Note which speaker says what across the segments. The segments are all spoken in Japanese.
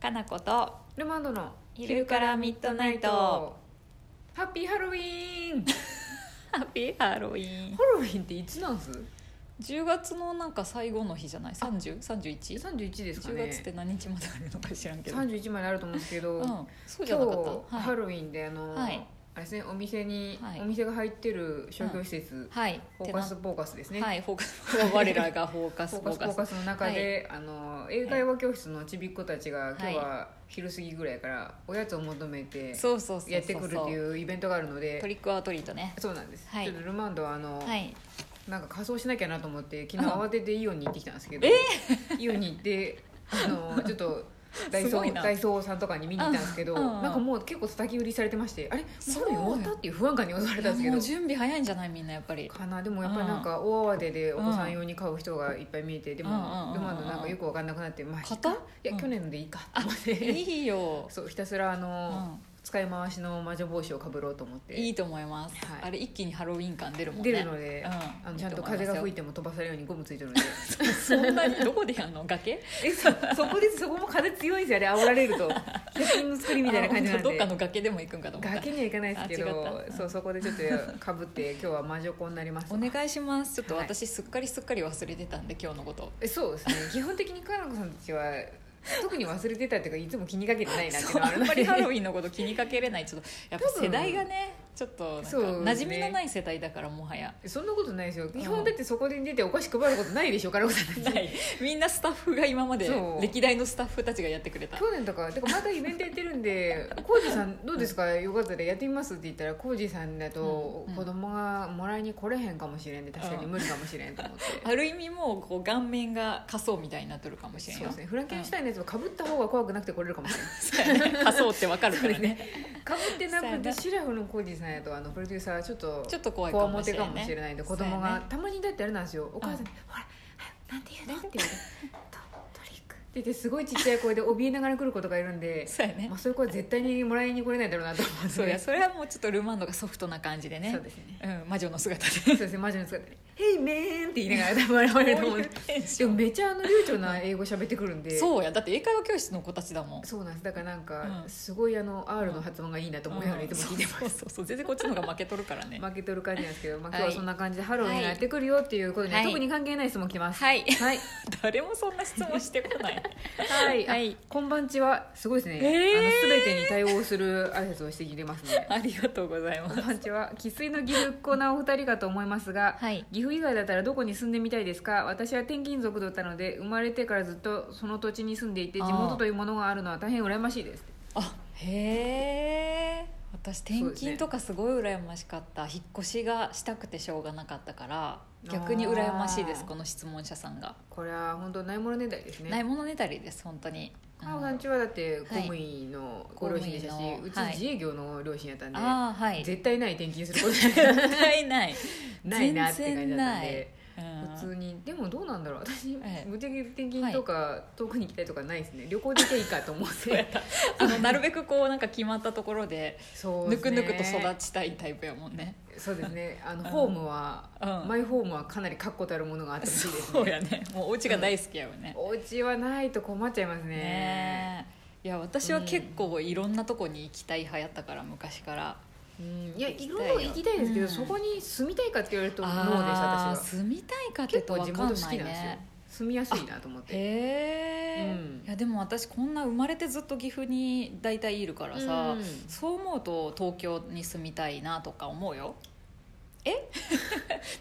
Speaker 1: かなこと
Speaker 2: ルマンドの
Speaker 1: 昼からミッドナイト
Speaker 2: ハッピーハロウィーン
Speaker 1: ハッピーハロウィン
Speaker 2: ハロウィンっていつなんす
Speaker 1: 10月のなんか最後の日じゃない 30?31?10
Speaker 2: 31ですかね
Speaker 1: 月って何日まであるのか知らんけど、うん、
Speaker 2: 31まであると思うんですけど、
Speaker 1: そうじゃ
Speaker 2: 今
Speaker 1: なか
Speaker 2: 日、
Speaker 1: った
Speaker 2: ハ
Speaker 1: はい、
Speaker 2: ロウィンであの、
Speaker 1: はい
Speaker 2: あれですねお店に、
Speaker 1: はい
Speaker 2: お店が入ってる商業施設、
Speaker 1: はい、
Speaker 2: フォーカスフォーカスです
Speaker 1: て
Speaker 2: ね、
Speaker 1: なはいフォーカス 我らがフォーカ
Speaker 2: フ
Speaker 1: ス
Speaker 2: ォ
Speaker 1: フ
Speaker 2: ー
Speaker 1: ォ
Speaker 2: カ
Speaker 1: ー
Speaker 2: スフォ
Speaker 1: カ
Speaker 2: ー
Speaker 1: ス
Speaker 2: カスの中で、あの英会話教室のちびっ子たちが、今日は昼過ぎぐらいからおやつを求めて
Speaker 1: そうそうそうそう
Speaker 2: やってくるっていうイベントがあるので
Speaker 1: トリックアートリートね
Speaker 2: そうなんです、
Speaker 1: はい
Speaker 2: ちょっとルマンドはあの、
Speaker 1: はい
Speaker 2: なんか仮装しなきゃなと思って昨日
Speaker 1: うん
Speaker 2: 慌ててイオンに行ってきたんですけど、イオンに行ってあ のちょっとダイ
Speaker 1: す
Speaker 2: ソ
Speaker 1: ごい
Speaker 2: ー
Speaker 1: な
Speaker 2: ダイソーさんとかに見に行ったんですけど、
Speaker 1: うんうん
Speaker 2: なんかもう結構叩き売りされてましてあれもうハロウィン終わった
Speaker 1: そう
Speaker 2: っていう不安感に襲われたんです
Speaker 1: い
Speaker 2: け
Speaker 1: やも
Speaker 2: ど
Speaker 1: う準備早いんじゃないみんなやっぱり
Speaker 2: かなでもやっぱりなんか大慌てでお子さん用に買う人がいっぱい見えてでも
Speaker 1: うんうんうんうん
Speaker 2: ルマンドなんかよく分かんなくなってまあいい
Speaker 1: 型
Speaker 2: かいや、
Speaker 1: うん
Speaker 2: 去年のでいいかと思っ
Speaker 1: い
Speaker 2: て
Speaker 1: いよ、
Speaker 2: そうひたすらあの、
Speaker 1: う
Speaker 2: 使い回しの魔女帽子をかぶろうと思って
Speaker 1: ん、いいと思います、
Speaker 2: はい
Speaker 1: あれ一気にハロウィン感出るもんね
Speaker 2: 出るので、
Speaker 1: うん
Speaker 2: あのちゃんと風が吹い
Speaker 1: て
Speaker 2: ても飛ばされるようにゴムついてるので
Speaker 1: そんなにどこでやんの崖
Speaker 2: えそ そこですそこも風強いですよね煽られる と写真の作りみたいな感じなん
Speaker 1: あ本当どっか
Speaker 2: で
Speaker 1: の崖でも行くんかと思った
Speaker 2: 崖にはいかないですけ
Speaker 1: あ違
Speaker 2: ど
Speaker 1: った
Speaker 2: そうそこでちょっとかぶって今日は魔女子になりました
Speaker 1: お願いしますちょっと
Speaker 2: はい
Speaker 1: 私すっかりすっかり忘れてたんで今日のこと
Speaker 2: えそうですね基本的にかなこさんたちは特に忘れてたっていうかいつも気にかけてないなっていう
Speaker 1: そう
Speaker 2: のは
Speaker 1: あ
Speaker 2: ある
Speaker 1: ん
Speaker 2: の
Speaker 1: ま
Speaker 2: で
Speaker 1: りハロウィンのこと気にかけれないちょっとやっぱ世代がねちょっとなんか
Speaker 2: そうですね
Speaker 1: 馴染みのない世代だからもはや
Speaker 2: そんなことないですよ
Speaker 1: ん
Speaker 2: 基本だってそこで出てお菓子配ることないでしょかなこさんた
Speaker 1: な
Speaker 2: ち
Speaker 1: いみんなスタッフが今まで
Speaker 2: そう
Speaker 1: 歴代のスタッフたちがやってくれた
Speaker 2: 去年とかだからまたイベントやってるんで「浩二さんどうですかよかったらやってみます」って言ったら浩二さんだと
Speaker 1: うんうん
Speaker 2: 子供がもらいに来れへんかもしれんで確かに無理かもしれんと思って。
Speaker 1: ある意味もうこう顔面が仮装みたいになっとるかもしれん
Speaker 2: そう
Speaker 1: よ
Speaker 2: ですね、フランケンシュタインのやつはかぶった方が怖くなくて来れるかもしれない
Speaker 1: そうやね仮装ってわかるからね
Speaker 2: かぶってな
Speaker 1: そう
Speaker 2: く
Speaker 1: や
Speaker 2: て
Speaker 1: な
Speaker 2: シラフの浩二さんやとあのプロデューサーちょっと
Speaker 1: ちょっと怖い
Speaker 2: こ
Speaker 1: か
Speaker 2: わ
Speaker 1: も
Speaker 2: も
Speaker 1: してれな
Speaker 2: か
Speaker 1: い
Speaker 2: もしれないんで子
Speaker 1: そうやね
Speaker 2: 供がたまにだってあれなんですよお母さんに「ほらなんて言うの?」って言うて「トトリック」って言ってすごいちっちゃい声で怯えながら来ることがいるんで、
Speaker 1: そうやね
Speaker 2: まあ、そういう子は絶対にもらいに来れないだろうなと思うんで
Speaker 1: そうやそれはもうちょっとルマンドがソフトな感じでね
Speaker 2: そうですね
Speaker 1: うん、魔女の 姿で
Speaker 2: そうですねマジの使って「ヘイメーン!」って言いながら笑われると思うんで
Speaker 1: こういうテンシ
Speaker 2: で
Speaker 1: ョン
Speaker 2: もめちゃあの流暢な英語喋ってくるんで
Speaker 1: そうやだって英会話教室の子たちだもん
Speaker 2: そうなんですだからなんか、
Speaker 1: うん
Speaker 2: すごいあの R の発音がいいなと思いながらいつも聞いてます、
Speaker 1: うんそうそうそう全然こっちの方が負けとるからね
Speaker 2: 負けとる感じなんですけど、まあ、
Speaker 1: はい
Speaker 2: 今日はそんな感じでハロウィンがやってくるよっていうことに、
Speaker 1: はい
Speaker 2: 特に関係ない質問来ます
Speaker 1: はい
Speaker 2: はい
Speaker 1: 誰もそんな質問してこ ない
Speaker 2: はい、
Speaker 1: は
Speaker 2: はいい、こんばんちはすごいですね、
Speaker 1: えー
Speaker 2: あの全てに対応する挨拶をしてきてますね
Speaker 1: ありがとうございま
Speaker 2: こんばんちは生粋の岐阜っ子なお二人かと思いますが、
Speaker 1: はい
Speaker 2: 岐阜以外だったらどこに住んでみたいですか私は転勤族だったので生まれてからずっとその土地に住んでいて
Speaker 1: あー
Speaker 2: 地元というものがあるのは大変羨ましいです
Speaker 1: あへえ私転
Speaker 2: そうですね
Speaker 1: 勤とかすごい羨ましかった、引っ越しがしたくてしょうがなかったから
Speaker 2: ー
Speaker 1: 逆に羨ましいですこの質問者さんが、
Speaker 2: これは本当ないものねだりですね
Speaker 1: ないものねだりです本当に、うん
Speaker 2: 青さんちはだって公務員のご両親でしたし、
Speaker 1: はい公務員の
Speaker 2: うち
Speaker 1: はい
Speaker 2: 自営業の両親やったんで、
Speaker 1: ああはい絶
Speaker 2: 絶対ない転勤することじゃない
Speaker 1: 対 ない
Speaker 2: ないなって感じだったんで
Speaker 1: 全然ないうん
Speaker 2: 普通にでもどうなんだろう私、
Speaker 1: ええ
Speaker 2: 無敵転勤とか、遠くに行きたいとかないですね旅行で行けばいいかと思っ
Speaker 1: そうや ってたあのなるべくこうなんか決まったところで
Speaker 2: そう
Speaker 1: ぬ
Speaker 2: です
Speaker 1: く
Speaker 2: ね
Speaker 1: ぬくと育ちたいタイプやもんね
Speaker 2: そうですねあの
Speaker 1: うん
Speaker 2: ホームは、
Speaker 1: うん
Speaker 2: マイホームはかなり確固たるものがあってほしいです
Speaker 1: そう
Speaker 2: ね
Speaker 1: やねもうお家が大好きやよね、
Speaker 2: お家はないと困っちゃいますね
Speaker 1: ねえいや私は結構いろんなとこに行きたい派やったから昔から
Speaker 2: うんいやい
Speaker 1: きたい
Speaker 2: ろいろ行きたいですけど、
Speaker 1: うん
Speaker 2: そこに住みたいかって言われるとノーでした
Speaker 1: あー
Speaker 2: 私は
Speaker 1: 住みたいかって
Speaker 2: 結
Speaker 1: と
Speaker 2: 構
Speaker 1: 分
Speaker 2: 地
Speaker 1: か
Speaker 2: 元好
Speaker 1: ん
Speaker 2: き
Speaker 1: なん
Speaker 2: なで
Speaker 1: い
Speaker 2: すよ
Speaker 1: ね
Speaker 2: 住みやすいなと思って
Speaker 1: へえ、
Speaker 2: うん
Speaker 1: いやでも私こんな生まれてずっと岐阜に大体いるからさ、
Speaker 2: うん
Speaker 1: そう思うと東京に住みたいなとか思うよえ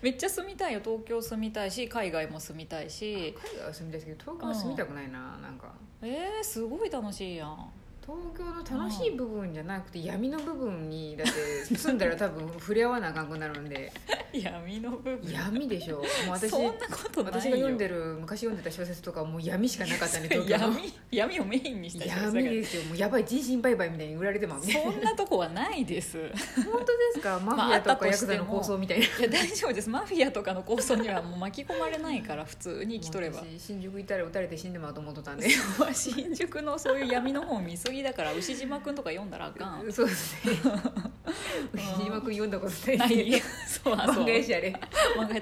Speaker 1: めっちゃ住みたいよ東京住みたいし海外も住みたいし
Speaker 2: 海外は住みたいですけど東京は住みたくないな、なんか
Speaker 1: えー、すごい楽しいやん
Speaker 2: 東京の楽しい部分じゃなくて闇の部分にだって住んだら多分触れ合わなあかんくなるんで
Speaker 1: 闇の部分
Speaker 2: 闇でしょもう私
Speaker 1: そんなことないよ
Speaker 2: 私が読んでる昔読んでた小説とかはもう闇しかなか ったね東京の
Speaker 1: 闇闇をメインにした人
Speaker 2: 闇ですよもうやばい人身売買みたいに売られてまうみたい
Speaker 1: そんなとこはない です
Speaker 2: な本当ですかマフィアとかヤクザの構想みたいな、
Speaker 1: いや大丈夫ですマフィアとかの構想にはもう巻き込まれないから普通に生きとれば
Speaker 2: 私新宿行ったら撃たれて死んでまうと思っとったんで
Speaker 1: そう 新宿のそういう闇の本見過ぎだから牛島くんとか読んだらあかん
Speaker 2: そうですね 牛島君読んだことない
Speaker 1: な
Speaker 2: ですけ
Speaker 1: い
Speaker 2: ど
Speaker 1: そうあそう漫
Speaker 2: 漫画
Speaker 1: 画
Speaker 2: や
Speaker 1: やっ
Speaker 2: しあれ
Speaker 1: た漫画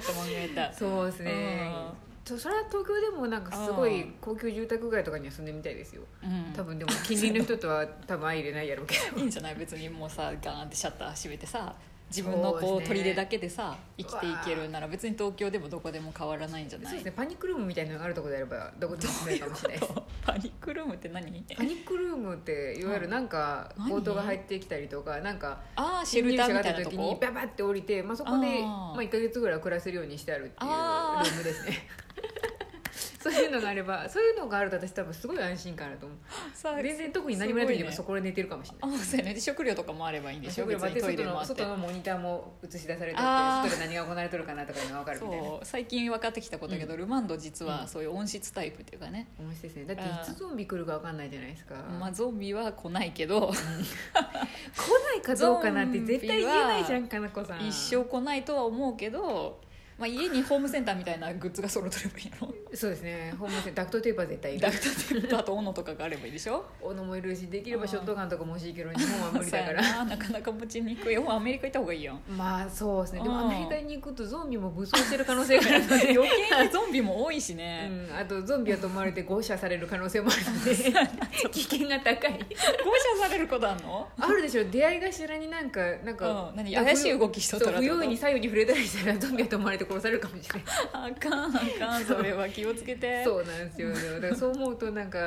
Speaker 1: やった
Speaker 2: そうですね
Speaker 1: うん
Speaker 2: とそれは東京でもなんかすご
Speaker 1: う
Speaker 2: い
Speaker 1: ん
Speaker 2: 高級住宅街とかには住んでみたいですよ
Speaker 1: うん、
Speaker 2: 多分でも近隣の人とは 多分相入れないやろうけど
Speaker 1: いいんじゃない別にもうさガーンってシャッター閉めてさ自分の
Speaker 2: そう
Speaker 1: こ
Speaker 2: です
Speaker 1: う
Speaker 2: ね
Speaker 1: 取り出だけでさ生きていけるなら別に東京でもどこでも変わらないんじゃな
Speaker 2: そう
Speaker 1: い
Speaker 2: ですねパニックルームみたいなのがあるとこであればどこでも住めるかもしれな いです
Speaker 1: パニックルームって何
Speaker 2: パニックルームっていわゆるなんか
Speaker 1: 何
Speaker 2: 強盗が入ってきたりとかなんか
Speaker 1: ああシェ
Speaker 2: 侵
Speaker 1: ル
Speaker 2: 入
Speaker 1: タ
Speaker 2: 者
Speaker 1: ーみ
Speaker 2: があ
Speaker 1: た
Speaker 2: っ
Speaker 1: いな
Speaker 2: た
Speaker 1: と
Speaker 2: 時に
Speaker 1: こ
Speaker 2: ババって降りて、まあ、そこで
Speaker 1: あー
Speaker 2: まあ、1か月ぐらい暮らせるようにしてあるっていうル
Speaker 1: あー
Speaker 2: ームですね そういうのがあればそういうのがあると私多分すごい安心感あると思う
Speaker 1: さ
Speaker 2: 全然特に何もない時でも
Speaker 1: す
Speaker 2: そ
Speaker 1: ごいね
Speaker 2: こで寝てるかもしれない
Speaker 1: あそうやねで食料とかもあればいいんでしょ
Speaker 2: 食料
Speaker 1: 別
Speaker 2: もあっ
Speaker 1: に
Speaker 2: て
Speaker 1: トイレ
Speaker 2: 外
Speaker 1: もあ
Speaker 2: の
Speaker 1: って
Speaker 2: 外のモニターも映し出されて
Speaker 1: あー
Speaker 2: あって外で何が行われてるかなとかいうのが分かるみたいな
Speaker 1: そう最近分かってきたことだけど、ルマンド実はそういう温室タイプっていうかね、
Speaker 2: 面白いですねだっていつゾンビ来るか分かんないじゃないですか、
Speaker 1: まあ、ゾンビは来ないけど
Speaker 2: 来ないかどうかなんて絶対言えないじゃんかなこさん
Speaker 1: 一生来ないとは思うけど、まあ、家にホームセンターみたいなグッズが揃ってればいいの
Speaker 2: そうですねホームセンダクトテープは絶対いる
Speaker 1: ダクトテープとあと斧とかがあればいいでしょ
Speaker 2: 斧もいるしできればショットガンとかも欲しいけど日本は 無理だから
Speaker 1: そうやななかなか持ちにくいもうアメリカ行った方がいいよ
Speaker 2: まあそうですねでも
Speaker 1: うん
Speaker 2: アメリカに行くとゾンビも武装してる可能性があ るので、
Speaker 1: 余計にゾンビも多いしね、
Speaker 2: うん、あとゾンビだと思われて誤射される可能性もあ るので危険が高い
Speaker 1: 誤射されることあんの
Speaker 2: あるでしょ出会い頭になんかなんか、
Speaker 1: うん何怪しい動きしとったら
Speaker 2: そう不用意に左右に触れたりしたらゾンビだと思われて殺されるかもしれない
Speaker 1: あかんあかんそれは気をつけて
Speaker 2: そうなんですよだからそう思うとなんか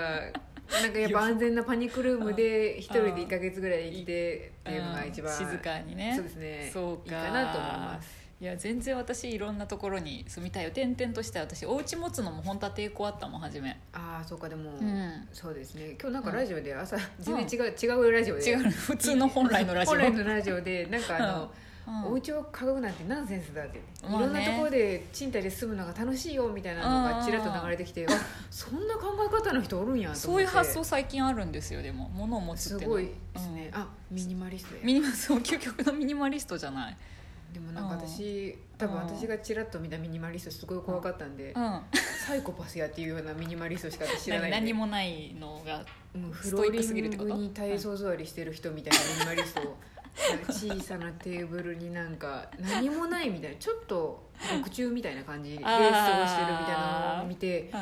Speaker 2: なんかやっぱ安全なパニックルームで一人で1か月ぐらい生きてっていうのが一番、
Speaker 1: うん静かにね
Speaker 2: そうですね
Speaker 1: そう
Speaker 2: い
Speaker 1: か
Speaker 2: いかなと思います
Speaker 1: いや全然私いろんなところに住みたいよ転々としたい私お家持つのも本当は抵抗あったもん初め
Speaker 2: ああそうかでも、
Speaker 1: うん
Speaker 2: そうですね今日なんかラジオで朝、全然違う、違うラジオで
Speaker 1: 違うの普通の本来のラジオ
Speaker 2: 本来のラジオでなんかあの、
Speaker 1: うん
Speaker 2: お家を買うなんてナンセンスだって、
Speaker 1: まあ
Speaker 2: い
Speaker 1: ね
Speaker 2: ろんなところで賃貸で住むのが楽しいよみたいなのがちらっと流れてきて、あそんな考え方の人おるんやと思って
Speaker 1: そういう発想最近あるんですよでも物を持つ
Speaker 2: す
Speaker 1: って
Speaker 2: ごい
Speaker 1: の
Speaker 2: ですね、あミニマリストや
Speaker 1: ミニマそう究極のミニマリストじゃない、
Speaker 2: でもなんか私多分私がちらっと見たミニマリストすごい怖かったんで、
Speaker 1: うん、
Speaker 2: サイコパスやっていうようなミニマリストしか知らない
Speaker 1: 何
Speaker 2: んで
Speaker 1: 何もないのが
Speaker 2: うんフ
Speaker 1: ス
Speaker 2: ロ
Speaker 1: トイ
Speaker 2: ー
Speaker 1: ックすぎ
Speaker 2: リ
Speaker 1: るって
Speaker 2: ン
Speaker 1: こ
Speaker 2: グ
Speaker 1: と
Speaker 2: に体操座りしてる人みたいなミニマリストを小さなテーブルになんか何もないみたいなちょっと獄中みたいな感じで過ごしてるみたいなのを見て
Speaker 1: う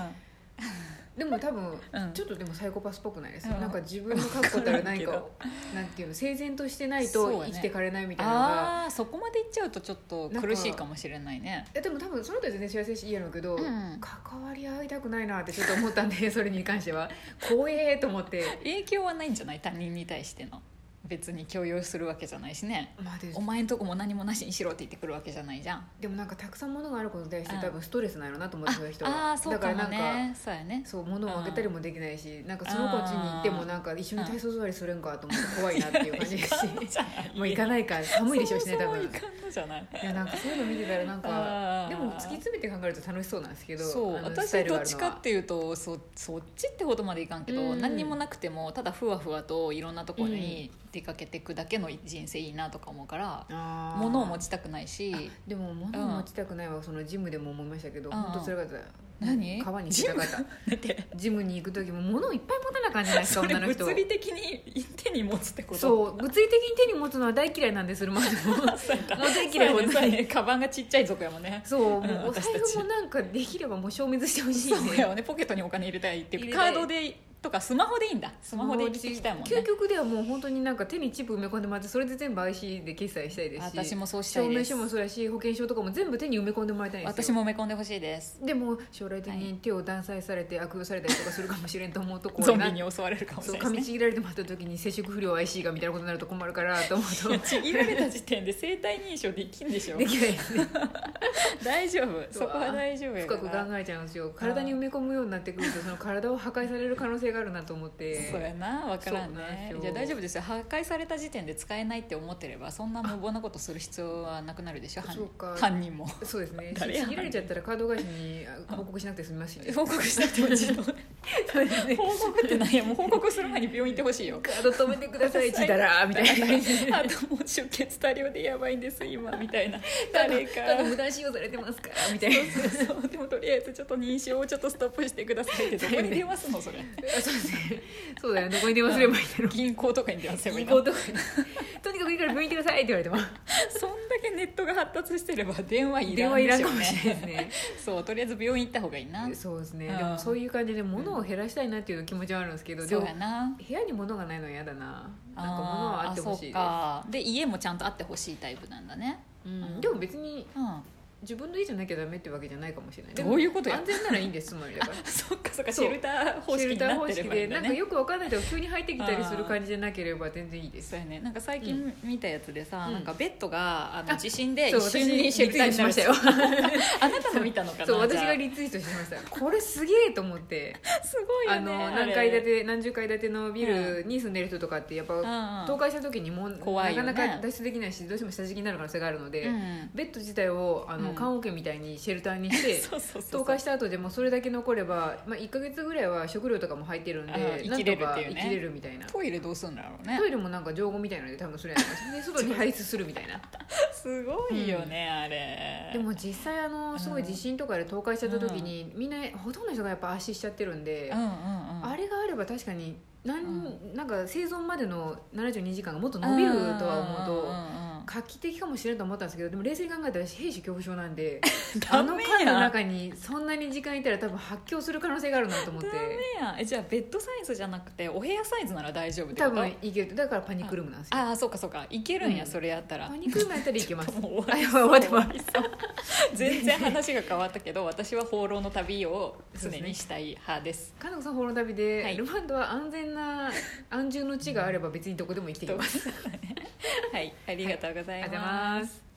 Speaker 2: でも多分
Speaker 1: うん
Speaker 2: ちょっとでもサイコパスっぽくないです、
Speaker 1: うん
Speaker 2: なんか自分の確固たる何か
Speaker 1: わか
Speaker 2: をなんていうの整然としてない
Speaker 1: そう
Speaker 2: と
Speaker 1: やね
Speaker 2: 生きてかれないみ
Speaker 1: ん、
Speaker 2: たいなのが。
Speaker 1: ああそこまでいっちゃうとちょっと苦しいかもしれないね
Speaker 2: えでも多分その人は全然幸せやしいいやろうけど、
Speaker 1: うん
Speaker 2: 関わり合いたくないなってちょっと思ったんでそれに関しては怖えと思って
Speaker 1: 影響はないんじゃない他人に対しての別に強要するわけじゃないしね
Speaker 2: まあで
Speaker 1: お前んとこも何もなしにしろって言ってくるわけじゃないじゃん
Speaker 2: でもなんかたくさん物があることに対して
Speaker 1: うん
Speaker 2: 多分ストレスないのなと思ってそういう人
Speaker 1: あ
Speaker 2: は
Speaker 1: あそう
Speaker 2: だ
Speaker 1: か
Speaker 2: から
Speaker 1: も
Speaker 2: なんか
Speaker 1: ねそうやね
Speaker 2: そう物をあげたりもできないし、なんかその子家に行ってもなんか一緒に体操座りするんかと思って怖いなって いう感じ がし
Speaker 1: じゃない
Speaker 2: もう行かないから寒いでしょうしね多
Speaker 1: そもそ
Speaker 2: 分
Speaker 1: もいかんのじゃない
Speaker 2: いやなんかそういうの見てたらなん
Speaker 1: あ
Speaker 2: か
Speaker 1: ー
Speaker 2: でも突き詰めて考えると楽しそうなんですけど
Speaker 1: そう
Speaker 2: あのスタ
Speaker 1: 私
Speaker 2: イル
Speaker 1: どっ
Speaker 2: がある
Speaker 1: ち
Speaker 2: の
Speaker 1: か
Speaker 2: は
Speaker 1: っていうとそそっちってほどまでいかんけど、
Speaker 2: うん
Speaker 1: 何にもなくてもただふわふわといろんなところに出かけていくだけの人生いいなとか思うから、
Speaker 2: あー
Speaker 1: 物を持ちたくないし
Speaker 2: でも物を持ちたくないはそのジムでも思いましたけど、
Speaker 1: うん
Speaker 2: 本当辛かった
Speaker 1: 何
Speaker 2: 川に行きた かった
Speaker 1: だって
Speaker 2: ジムに行く時も物をいっぱい持たな感じゃないですか
Speaker 1: それ
Speaker 2: 女の人
Speaker 1: 物理的に手に持つってこと
Speaker 2: そう物理的に手に持つのは大嫌いなんでするまでも もう大嫌い
Speaker 1: そうや
Speaker 2: 本
Speaker 1: ねそ
Speaker 2: 当
Speaker 1: うや
Speaker 2: に
Speaker 1: ねカバンがちっちゃい族やもんね
Speaker 2: そうも
Speaker 1: う
Speaker 2: う
Speaker 1: ん
Speaker 2: お財
Speaker 1: 私たち
Speaker 2: 布もなんかできればもう消滅してほしい
Speaker 1: そ
Speaker 2: ね
Speaker 1: うやよねポケットにお金入れたいっていうかカ
Speaker 2: 入れたい
Speaker 1: ードでとかスマホでいいんだスマホで生きていきたいもんね
Speaker 2: 究極ではもう本当になんか手にチップ埋め込んでもらってそれで全部 IC で決済したいですし
Speaker 1: 私もそうした
Speaker 2: 証
Speaker 1: い
Speaker 2: 明
Speaker 1: です
Speaker 2: 書もそうやし保険証とかも全部手に埋め込んでもらいたいんですよ
Speaker 1: 私も埋め込んでほしいです
Speaker 2: でも将来的に手を断裁されて悪用されたりとかするかもしれんと思うと怖
Speaker 1: ゾ
Speaker 2: い
Speaker 1: ンビ
Speaker 2: な
Speaker 1: に襲われるかもし
Speaker 2: そう
Speaker 1: れない
Speaker 2: 噛
Speaker 1: です
Speaker 2: み
Speaker 1: ね
Speaker 2: ちぎられてもらった時に接触不良 IC がみたいなことになると困るからと思
Speaker 1: いや
Speaker 2: うと
Speaker 1: ちぎられた時点で生体認証できんでしょ
Speaker 2: できないですね
Speaker 1: 大丈夫そこは大丈夫やか
Speaker 2: 深
Speaker 1: ら
Speaker 2: く考えちゃうんですよ体に埋め込むようになって くるとその体を破壊される可能性があるなと思って
Speaker 1: そうやな分からん
Speaker 2: そうなんです
Speaker 1: ね
Speaker 2: よ
Speaker 1: いや大丈夫ですよ破壊された時点で使えないって思ってればそんな無謀なことする必要はなくなるでしょ犯
Speaker 2: そうか
Speaker 1: 犯人も
Speaker 2: そうですね
Speaker 1: 誰や
Speaker 2: ちぎられちゃったらカード会社にあ報告しなくて済み ますしね
Speaker 1: 報告したってほしいの
Speaker 2: そうですね
Speaker 1: 報告ってなんやもう報告する前に病院行ってほしいよ
Speaker 2: カード止めてくださいちだらーみたいな
Speaker 1: あともう出血多量でやばいんです今みたいな
Speaker 2: カ
Speaker 1: 誰
Speaker 2: ー
Speaker 1: か
Speaker 2: ドカード無断使用されてますからみたいな
Speaker 1: そう でもとりあえずちょっと認証をちょっとストップしてくださいってどこに電話すんのそれ
Speaker 2: あそうですねそうだよどこに電話すればいいんだろう
Speaker 1: 銀行とかに電話すればい
Speaker 2: 銀
Speaker 1: いの
Speaker 2: 行とかに とにかくいいから向いてくださいって言われても
Speaker 1: そんだけネットが発達してれば電話い
Speaker 2: 電
Speaker 1: ら
Speaker 2: 話
Speaker 1: ん
Speaker 2: い
Speaker 1: で
Speaker 2: らん
Speaker 1: しょ
Speaker 2: か
Speaker 1: う
Speaker 2: もしれない
Speaker 1: ね
Speaker 2: ですね
Speaker 1: そうとりあえず病院行った方がいいな
Speaker 2: そうですね、
Speaker 1: うん
Speaker 2: でもそういう感じで物を減らしたいなっていう気持ちはあるんですけど、で
Speaker 1: そう
Speaker 2: も
Speaker 1: やな
Speaker 2: 部屋に物がないのは嫌だななんか物
Speaker 1: あ
Speaker 2: は
Speaker 1: ー
Speaker 2: あってほしい
Speaker 1: そう
Speaker 2: で
Speaker 1: かで家もちゃんとあってほしいタイプなんだね
Speaker 2: す、うん
Speaker 1: うん
Speaker 2: でも別に
Speaker 1: うん
Speaker 2: 自分の家じゃなきゃダメってわけじゃないかもしれない
Speaker 1: どういうことや
Speaker 2: でも安全ならいいんですつまり だから
Speaker 1: そっかそっかシ
Speaker 2: そう
Speaker 1: ェルター方式になってればいいんだ
Speaker 2: なんか
Speaker 1: ね
Speaker 2: よくわかんないけど急に入ってきたりする感じじゃなければ全然いいです
Speaker 1: そうやねなんか最近見たやつでさ、
Speaker 2: うん
Speaker 1: なんかベッドがあの
Speaker 2: あ
Speaker 1: 地震で
Speaker 2: そう
Speaker 1: 一瞬にシェルターになる
Speaker 2: 私リツ イートしましたよ
Speaker 1: あなたも見たのかな
Speaker 2: そう私
Speaker 1: じゃ
Speaker 2: が
Speaker 1: あ
Speaker 2: リツイートしましたこれすげえと思って
Speaker 1: すごいよね
Speaker 2: あの
Speaker 1: あれ
Speaker 2: 何階建て何十階建てのビルに住んでる人とかってやっぱ、
Speaker 1: うん
Speaker 2: 倒壊した時にもう
Speaker 1: 怖いよね
Speaker 2: なかなか脱出できないしどうしても下敷きになる可能性があるので、
Speaker 1: うん
Speaker 2: ベッド自体をあの
Speaker 1: うん
Speaker 2: 棺桶みたいにシェルターに して
Speaker 1: そうそうそう
Speaker 2: 倒壊した後でもそれだけ残れば、まあ、1か月ぐらいは食料とかも入ってるんで
Speaker 1: あー
Speaker 2: なん
Speaker 1: 生きれ
Speaker 2: と
Speaker 1: るっ
Speaker 2: か
Speaker 1: ていう
Speaker 2: 生
Speaker 1: ね
Speaker 2: きれるみたいな。
Speaker 1: トイレどうすんだろうね
Speaker 2: トイレもなんか錠語みたいなので多分それやない ですで外に排出するみたいな
Speaker 1: すごいよね、あれ
Speaker 2: でも実際あのすごい地震とかで倒壊しちゃった時に、みんなほとんどの人がやっぱ圧死しちゃってるんで、
Speaker 1: うんうんうん
Speaker 2: あれがあれば確かになん,、
Speaker 1: う
Speaker 2: なんか生存までの72時間がもっと伸びるとは思う
Speaker 1: ん
Speaker 2: と、
Speaker 1: んんうん
Speaker 2: 画期的かもしれんと思ったんですけどでも冷静に考えたら兵士恐怖症なん であ
Speaker 1: ダ
Speaker 2: の
Speaker 1: メ
Speaker 2: 間の
Speaker 1: やん
Speaker 2: 中にそんなに時間いたら多分発狂する可能性があるなと思って
Speaker 1: ダ メやんえじゃあベッドサイズじゃなくてお部屋サイズなら大丈夫ってこ
Speaker 2: 多
Speaker 1: と
Speaker 2: 分いけるだからパニックルームなんですよ
Speaker 1: ああそうかそうかいけるんや、
Speaker 2: うん
Speaker 1: それやったら
Speaker 2: パニックルームやったらいけま す
Speaker 1: もう終わ
Speaker 2: あ
Speaker 1: り
Speaker 2: や
Speaker 1: そ
Speaker 2: ば
Speaker 1: う
Speaker 2: い終わってます
Speaker 1: 終わり そう全然話が変わったけど私は放浪の旅を常にしたい派です
Speaker 2: かのこさんホロ旅で、
Speaker 1: はい
Speaker 2: ルマンドは安全な安住の地があれば別にどこでも生きていけます
Speaker 1: はいありがとうござい
Speaker 2: ありがとうござい
Speaker 1: ま
Speaker 2: ます
Speaker 1: す